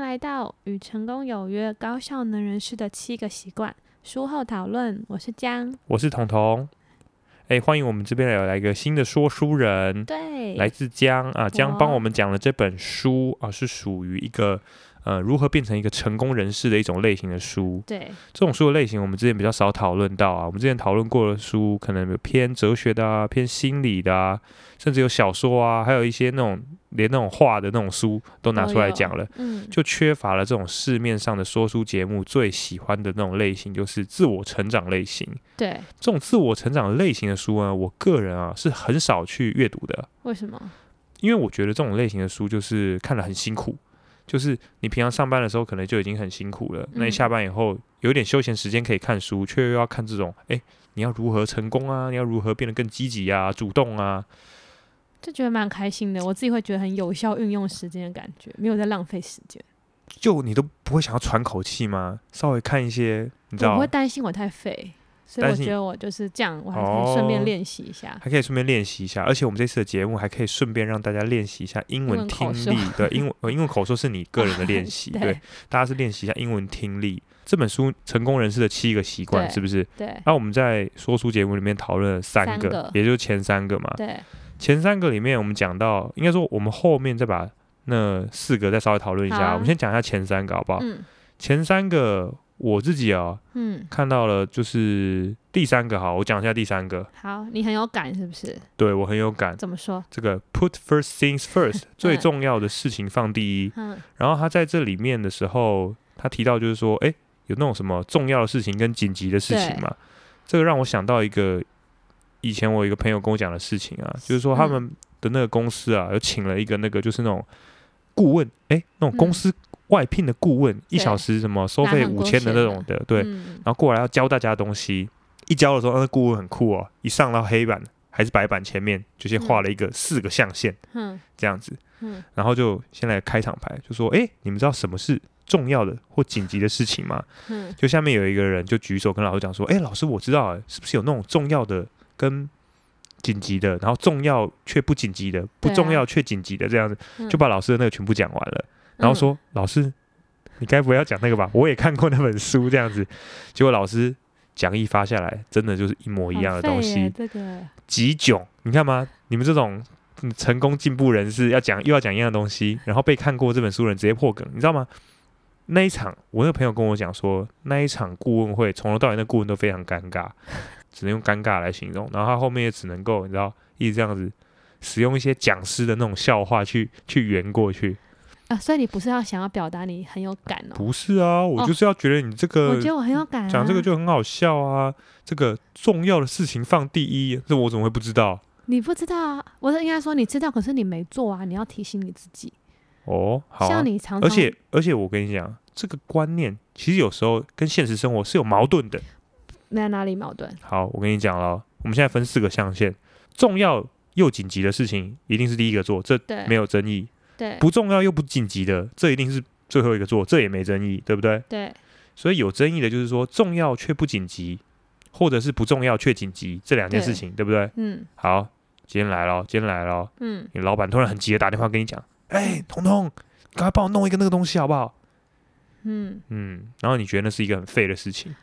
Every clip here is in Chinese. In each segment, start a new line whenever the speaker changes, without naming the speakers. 来到《与成功有约：高效能人士的七个习惯》书后讨论，我是江。
我是彤彤。哎，欢迎我们这边有来一个新的说书人，
对，哦
来自江啊，江帮
我
我们讲了这本书啊，是属于一个呃如何变成一个成功人士的一种类型的书。
对
这种书的类型我们之前比较少讨论到啊，我们之前讨论过的书可能有偏哲学的啊，偏心理的啊，甚至有小说啊，还有一些那种连那种画的那种书都拿
都
出来
有
讲了。
嗯，
就缺乏了这种市面上的说书节目最喜欢的那种类型，就是自我成长类型。
对，
这种自我成长类型的书呢，我个人啊是很少去阅读的，
为什么？
因为我觉得这种类型的书就是看了很辛苦，就是你平常上班的时候可能就已经很辛苦了，那你
嗯
下班以后有点休闲时间可以看书，却又要看这种，哎，你要如何成功啊，你要如何变得更积极啊、主动啊，
就觉得蛮开心的，我自己会觉得很有效运用时间的感觉，没有在浪费时间，
就你都不会想要喘口气吗？稍微看一些，你知
我
道哦
不会，担心我太肥，所以
担
我
心
觉得我就是这样，我还可以顺便
哦
练习一下。
还可以顺便练习一下，而且我们这次的节目还可以顺便让大家练习一下英
英
文
文口
听
说啊
力。对，英文呃 英文口说是你个人的练习，
对
对，大家是练习一下英文听力。这本书《成功人士的七个习惯》
对
是不是？
对
那、我们在说书节目里面讨论了三
三
个，
个
也就是前三个嘛。
对，
前三个里面，我们讲到，应该说我们后面再把那四个再稍微讨论一下。
好啊
我们先讲一下前三个好不好？
嗯
前三个我自己啊
嗯，
看到了，就是第三个好，我讲一下第三个，
好，你很有感是不是？
对我很有感。
怎么说？
这个 put first things first 最重要的事情放第一。
嗯
然后他在这里面的时候，他提到就是说，诶，有那种什么重要的事情跟紧急的事情嘛，这个让我想到一个以前我有一个朋友跟我讲的事情
嗯
啊，就是说他们的那个公司啊，有请了一个那个就是那种顾问，诶，那种公司外聘的顾问，一小时什么收
嗯
费
拿很
五
多
千的
钱
那
的
种的，对，
嗯
然后过来要教大家东西。一教的时候，啊那顾问很酷哦，一上到黑板还是白板前面，就先画了一个四个象限
嗯
这样子，
嗯，
然后就先来开场牌，就说：“诶，你们知道什么是重要的或紧急的事情吗
嗯？”
就下面有一个人就举手跟老师讲说：“诶，老师，我知道，诶是不是有那种重要的跟紧急的，然后重要却不紧急的，不
对啊
重要却紧急的这样子，
嗯
就把老师的那个全部讲完了。”然后说：“老师，你该不会要讲那个吧？我也看过那本书，这样子。”结果老师讲义发下来，真的就是一模
不
一样的东西，
这个
极囧。你看吗？你们这种嗯成功进步人士，要讲又要讲一样的东西，然后被看过这本书的人直接破梗，你知道吗？那一场，我那个朋友跟我讲说，那一场顾问会从头到尾，那顾问都非常尴尬，只能用尴尬来形容。然后他后面也只能够，你知道，一直这样子使用一些讲师的那种笑话去去圆过去。
啊，所以你不是要想要表达你很有感哦？
不是啊，我就是要觉得你这个
我觉得我很有感、啊，
讲这个就很好笑啊，这个重要的事情放第一，这我怎么会不知道？
你不知道啊，我是应该说你知道，可是你没做啊，你要提醒你自己。
哦，好啊、
像你常常，
而且而且我跟你讲，这个观念其实有时候跟现实生活是有矛盾的。
那哪里矛盾？
好，我跟你讲了，哦我们现在分四个象限，重要又紧急的事情一定是第一个做，这
对
没有争议；
对
不重要又不紧急的，这一定是最后一个做，这也没争议，对不对？
对
所以有争议的就是说重要却不紧急，或者是不重要却紧急这两件
对
事情，对不对？
嗯
好，今天来了，今天来了，
嗯，
你老板突然很急的打电话跟你讲，哎、彤彤，赶快帮我弄一个那个东西好不好？
嗯，
嗯，然后你觉得那是一个很废的事情，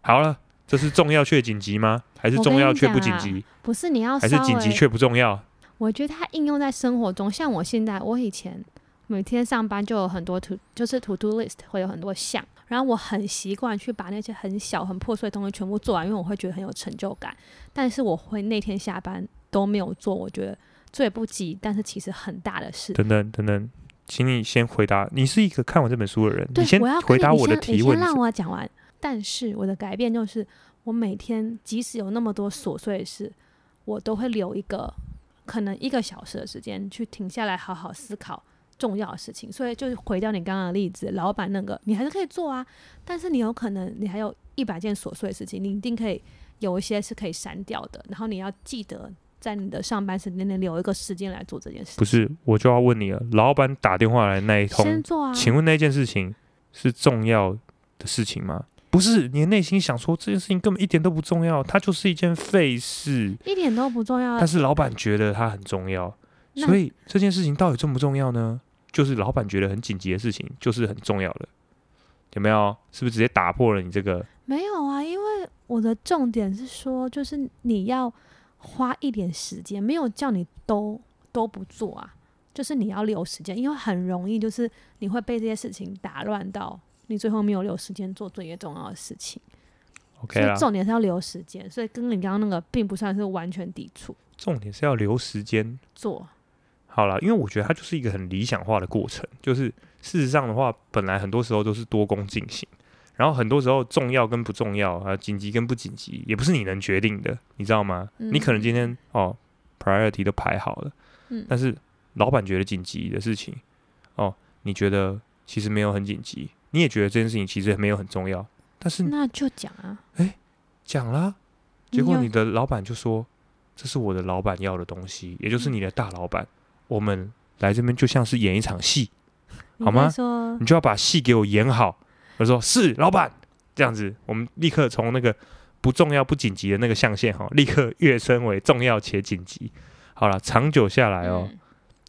好了，这是重要却紧急吗？还是重要却不紧
我跟
急？
不是你要
还
稍
是
微，
紧急却不重要？
我觉得它应用在生活中，像我现在，我以前每天上班就有很多 to，就是 to do list 会有很多项，然后我很习惯去把那些很小很破碎的东西全部做完，因为我会觉得很有成就感。但是我会那天下班都没有做，我觉得最不急，但是其实很大的事。
等等等等，请你先回答，你是一个看完这本书的人，
对
你先
我要
回
跟
答
你
我的
先
提问
你先。让我讲完。但是我的改变就是，我每天即使有那么多琐碎的事，我都会留一个可能一个小时的时间去停下来，好好思考重要的事情。所以就是回到你刚刚的例子，老板那个你还是可以做啊，但是你有可能你还有一百件琐碎的事情，你一定可以有一些是可以删掉的，然后你要记得。在你的上班时间内留一个时间来做这件事，
不是，我就要问你了，老板打电话来那一通
先做啊？
请问那件事情是重要的事情吗？不是，你的内心想说这件事情根本一点都不重要，它就是一件废事。
一点都不重要啊
但，是老板觉得它很重要，
那
所以这件事情到底重不重要呢？就是老板觉得很紧急的事情，就是很重要的，有没有？是不是直接打破了你这个？
没有啊，因为我的重点是说，就是你要花一点时间，没有叫你都都不做啊，就是你要留时间，因为很容易就是你会被这些事情打乱到，你最后没有留时间做最重要的事情。
OK
所以
啦，
重点是要留时间，所以跟你刚刚那个并不算是完全抵触
重点是要留时间。
做。
好了，因为我觉得它就是一个很理想化的过程。就是事实上的话，本来很多时候都是多工进行，然后很多时候重要跟不重要啊，紧急跟不紧急，也不是你能决定的，你知道吗？
嗯
你可能今天哦 priority 都排好了，
嗯
但是老板觉得紧急的事情，哦，你觉得其实没有很紧急，你也觉得这件事情其实没有很重要，但是
那就讲啊，
讲啦，结果
你有
你的老板就说：“这是我的老板要的东西，也
嗯
就是你的大老板。我们来这边就像是演一场戏，
你
好吗
应该说
你就要把戏给我演好。”我说：“是，老板。”这样子，我们立刻从那个不重要、不紧急的那个象限哈，立刻跃升为重要且紧急。好了，长久下来哦，
嗯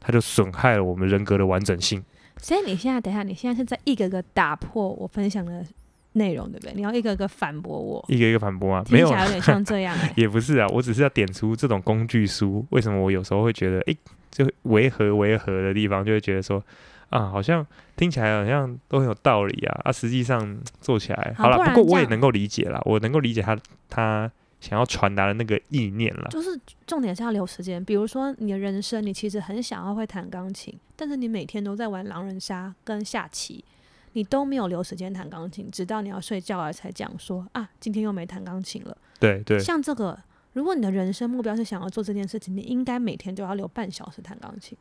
它就损害了我们人格的完整性。
所以你现在等一下，你现在是在一个个打破我分享的内容，对不对？你要一个个反驳我，
一个一个反驳啊，
听
没有
起
啦
来有点像这
。
样、欸
也不是啊，我只是要点出这种工具书，为什么我有时候会觉得，诶，就违和违和的地方，就会觉得说，啊，好像听起来好像都很有道理啊，啊，实际上做起来，
好
好了，
不
不
然
过我也
这样
能够理解啦，我能够理解他他想要传达的那个意念啦。
就是重点是要留时间，比如说你的人生，你其实很想要会弹钢琴，但是你每天都在玩狼人杀跟下棋，你都没有留时间弹钢琴，直到你要睡觉了才讲说啊，今天又没弹钢琴了。
对对，
像这个，如果你的人生目标是想要做这件事情，你应该每天都要留半小时弹钢琴，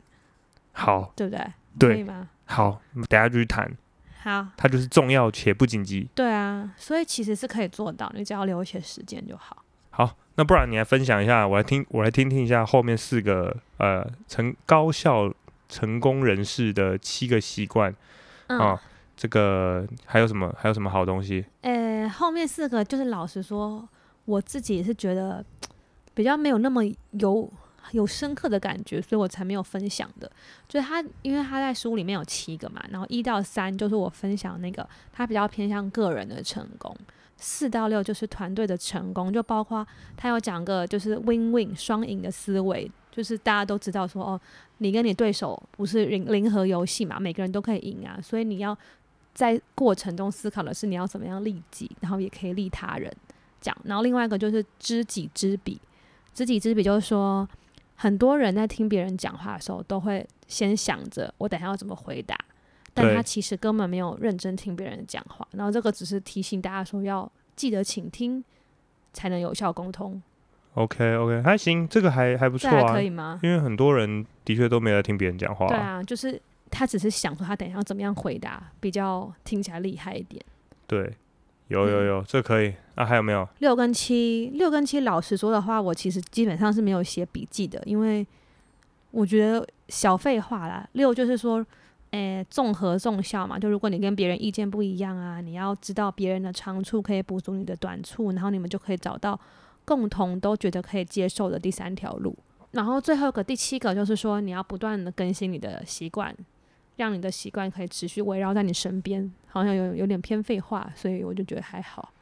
好，
对不对？
对
可以吗？
好，等下就去谈，
好，
它就是重要且不紧急。
对啊，所以其实是可以做到，你只要留一些时间就好。
好，那不然你来分享一下，我来听，我来听听一下后面四个呃成高效成功人士的七个习惯。
嗯，
啊这个还有什么还有什么好东西？
呃，后面四个就是老实说，我自己也是觉得比较没有那么有有深刻的感觉，所以我才没有分享的。就是他，因为他在书里面有七个嘛，然后一到三就是我分享那个，他比较偏向个人的成功。四到六就是团队的成功，就包括他有讲个就是 win-win 双赢的思维，就是大家都知道说哦，你跟你对手不是零零和游戏嘛，每个人都可以赢啊，所以你要在过程中思考的是你要怎么样利己，然后也可以利他人，这样。然后另外一个就是知己知彼，知己知彼就是说，很多人在听别人讲话的时候，都会先想着我等一下要怎么回答，但
对
他其实根本没有认真听别人讲话。然后这个只是提醒大家说，要记得倾听，才能有效沟通。
OK OK，还行，这个还还不
这
错
还
啊
可，以吗？
因为很多人的确都没在听别人讲话、
对啊，就是他只是想说他等一下要怎么样回答，比较听起来厉害一点。
对有有
嗯
有，这可以啊，还有没有？
六跟七，六跟七，老实说的话，我其实基本上是没有写笔记的，因为我觉得小废话啦。六就是说，诶、综合综效嘛，就如果你跟别人意见不一样啊，你要知道别人的长处可以补足你的短处，然后你们就可以找到共同都觉得可以接受的第三条路。然后最后一个第七个就是说，你要不断的更新你的习惯，让你的习惯可以持续围绕在你身边。好像有有点偏废话，所以我就觉得还好。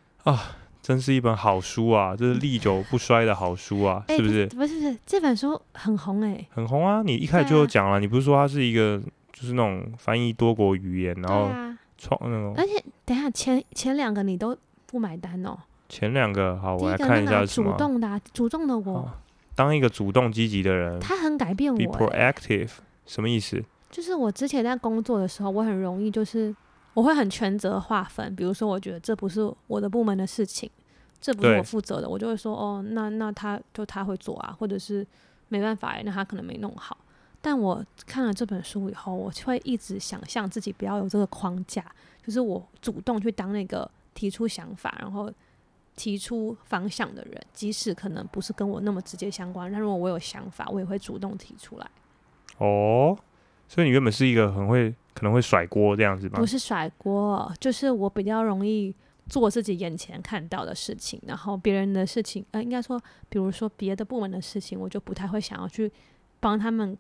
真是一本好书啊，这是历久不衰的好书啊，
哎
是不是？
不是不是，这本书很红哎、
很红啊！你一开始就
对
有
啊
讲了，你不是说它是一个就是那种翻译多国语言，然后
对啊，
创那种
哎等一下前前两个你都不买单哦。
前两个好，
第
我
一
来
个
看一
那
下
个
是什
主
么。
动的啊、主动的我，
好当一个主动积极的人
他很改变
，be
我、欸。
proactive，什么意思？
就是我之前在工作的时候，我很容易就是我会很权责划分，比如说我觉得这不是我的部门的事情，这不是
对
我负责的，我就会说哦，那那他就他会做啊，或者是没办法欸，那他可能没弄好。但我看了这本书以后，我就会一直想象自己不要有这个框架，就是我主动去当那个提出想法，然后提出方向的人，即使可能不是跟我那么直接相关，但如果我有想法，我也会主动提出来。
哦，所以你原本是一个很会可能会甩锅这样子吗
不？是甩锅，就是我比较容易做自己眼前看到的事情，然后别人的事情，呃，应该说，比如说别的部门的事情，我就不太会想要去帮他们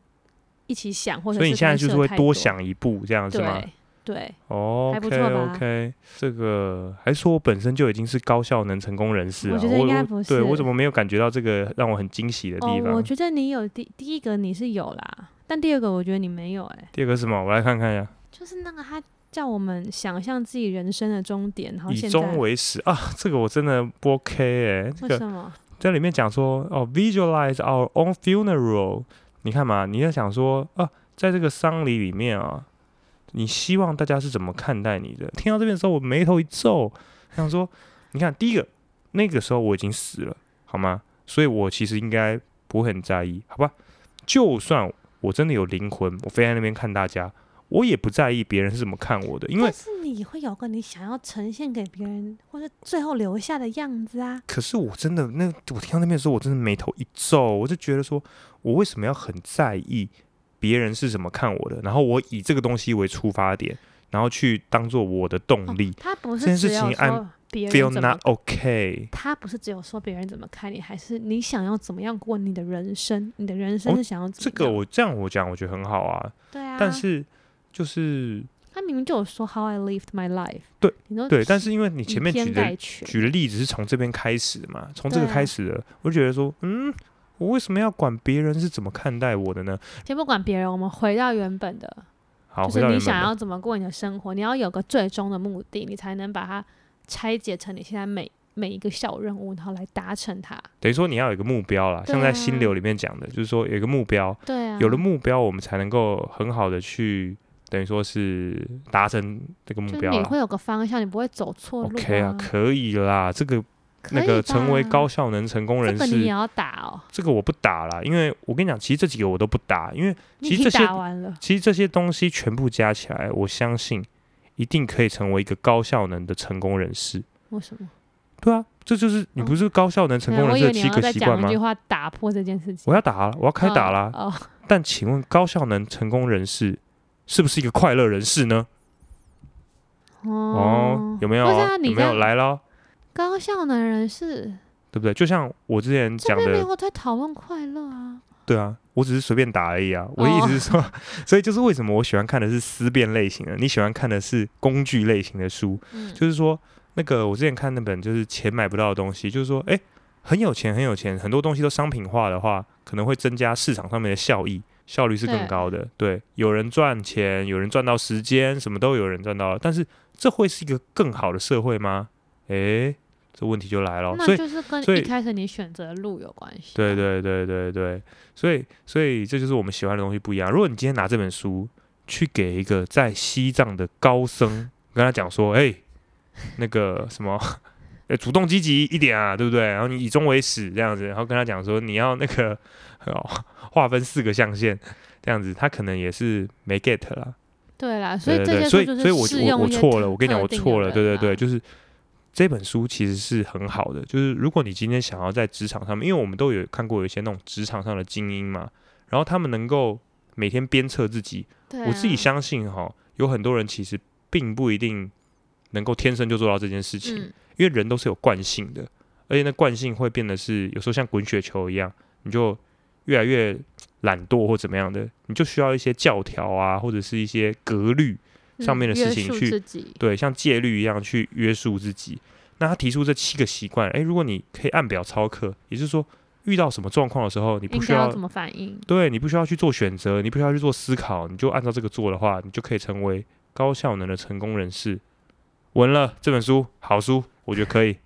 一起想，或者
所以你
是
现在
干
就是
涉
会
太
多
多，
想一步这样是吗
对对，
哦
还不
，OK
错吧
OK，这个还说我本身就已经是高效能成功人士
我
啊，
觉得应该
我
不
对我
是
怎么没有感觉到这个让我很惊喜的
哦
地，方？
我觉得你有第第一个你是有啦，但第二个我觉得你没有、欸，
第二个是什么？我来看看啊呀，
就是那个他叫我们想象自己人生的终点，然后
以
现在
终为始啊，这个我真的不 OK 哎、这
为
个
什么？
在里面讲说哦，visualize our own funeral。你看嘛，你在想说啊，在这个丧礼里面啊，你希望大家是怎么看待你的？听到这边的时候，我眉头一皱，想说，你看第一个，那个时候我已经死了，好吗？所以我其实应该不会很在意，好吧？就算我真的有灵魂，我飞在那边看大家，我也不在意别人是怎么看我的，因为
但是你会有个你想要呈现给别人，或者最后留下的样子啊。
可是我真的那我听到那边的时候，我真的眉头一皱，我就觉得说我为什么要很在意别人是怎么看我的？然后我以这个东西为出发点，然后去当做我的
哦
动力、
他不
这件
是
事
只有
情，I'm
说别
f e e l
人怎么
not，okay。
他不是只有说别人怎么看你，还是你想要怎么样过你的人生？你的人生
哦
是想要怎么
这个
样
我这样我讲，我觉得很好啊。
对啊，
但是就是
他明明就有说 How I lived my life，
对，
你都
对，但
以
是因为你前面
偏
举
概
的
全，
举的例子是从这边开始的嘛，从这个
对啊
开始的，我就觉得说，嗯，我为什么要管别人是怎么看待我的呢？
先不管别人，我们回到原本的，
好，
就
回
是
到
你
原本
想
的
要怎么过你的生活，你要有个最终的目的，你才能把它拆解成你现在每每一个小任务，然后来达成它。
等于说你要有一个目标啦，
对
像在
啊
心流里面讲的，就是说有一个目标，
对啊，
有了目标，我们才能够很好的去，等于说是达成这个目
就是
标
你
啦。
会有个方向，你不会走错路
OK 啊，
啊，
可以啦，这个
可以
那个成为
吧
高效能成功人
这个你也
士，
要打哦，
这个我不打啦，因为我跟你讲，其实这几个我都不打，因为
你
其
已
实这
经
些
打完了，
其实这些东西全部加起来，我相信一定可以成为一个高效能的成功人士。
为什么？对
对啊，这就是你不是高效能成功
嗯啊
人
我以
士
为
的
你
七
要
个
再
习惯
讲一
吗
句？话打破这件事情。
我要打啦，我要开打啦。
哦，哦
但请问高效能成功人士是不是一个快乐人士呢？哦
哦，
有没有？
不是啊，你
有没有
这样
来咯？
高效能人士
对不对？就像我之前
这
讲
边没
的，
有在讨论快乐啊，
对啊，我只是随便打而已
哦
啊。我的意思是说， 所以就是为什么我喜欢看的是思辨类型的，你喜欢看的是工具类型的书，
嗯，
就是说那个我之前看那本就是钱买不到的东西，就是说，哎，很有钱，很有钱，很多东西都商品化的话，可能会增加市场上面的效益。效率是更
对
高的，对，有人赚钱，有人赚到时间，什么都有人赚到了，但是这会是一个更好的社会吗？诶，这问题就来哦了，所
那
以
就是跟
所以
一开始你选择的路有关系啊。
对对对对对，所以所以这就是我们喜欢的东西不一样。如果你今天拿这本书去给一个在西藏的高僧，跟他讲说，哎、那个什么。呃，主动积极一点啊，对不对？然后你以终为始这样子，然后跟他讲说你要那个 哦，划分四个象限这样子，他可能也是没 get 啦。
对啦，所以
对
这些
对对，所
书就
以
是
所以我
适
我
用
我
一些
错
特
了，我跟你讲我
特定
错
的
了，对对
人
对，
啊
就是这本书其实是很好的，就是如果你今天想要在职场上面，因为我们都有看过有一些那种职场上的精英嘛，然后他们能够每天鞭策自己，
对
我自己
啊
相信哈，有很多人其实并不一定能够天生就做到这件事情，
嗯，
因为人都是有惯性的，而且那惯性会变得是有时候像滚雪球一样，你就越来越懒惰或怎么样的，你就需要一些教条啊，或者是一些格律。上
嗯
面的
约
事情
束
去
自己
对，像戒律一样去约束自己。那他提出这七个习惯，诶，如果你可以按表操课，也就是说，遇到什么状况的时候，你不
应
需
该
要
要怎么反应？
对你不需要去做选择，你不需要去做思考，你就按照这个做的话，你就可以成为高效能的成功人士。闻了这本书，好书，我觉得可以，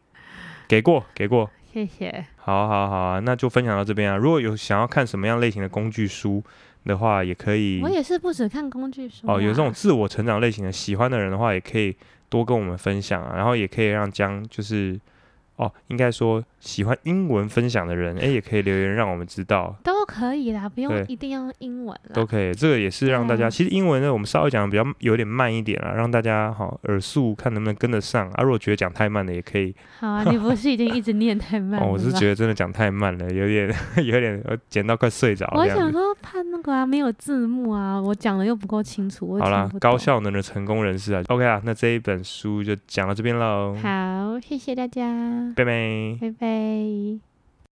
给过，给过。
谢谢。
好好好啊，那就分享到这边啊。如果有想要看什么样类型的工具书的话，也可以
我也是不只看工具书
嗯哦，有这种
啊
自我成长类型的喜欢的人的话，也可以多跟我们分享啊，然后也可以让江就是哦，应该说喜欢英文分享的人，哎，也可以留言让我们知道，
都可以啦，不
对
用一定要用英文
都
啦。
可以。这个也是让大
对
家，
啊
其实英文呢，我们稍微讲得比较有点慢一点啦，啊让大家好、耳速看能不能跟得上啊。如果觉得讲太慢的，也可以
好啊，你不是已经一直念太慢
哦，
了
我是
吗
觉得真的讲太慢了，有点 有点呃剪到快睡着
我
这样
想
子。
说怕那个啊，没有字幕啊，我讲的又不够清楚，我
好啦
听不，
高
懂。
效能的成功人士啊，OK 啊，那这一哦本书就讲到这边喽，
好，谢谢大家，
拜拜。
拜拜。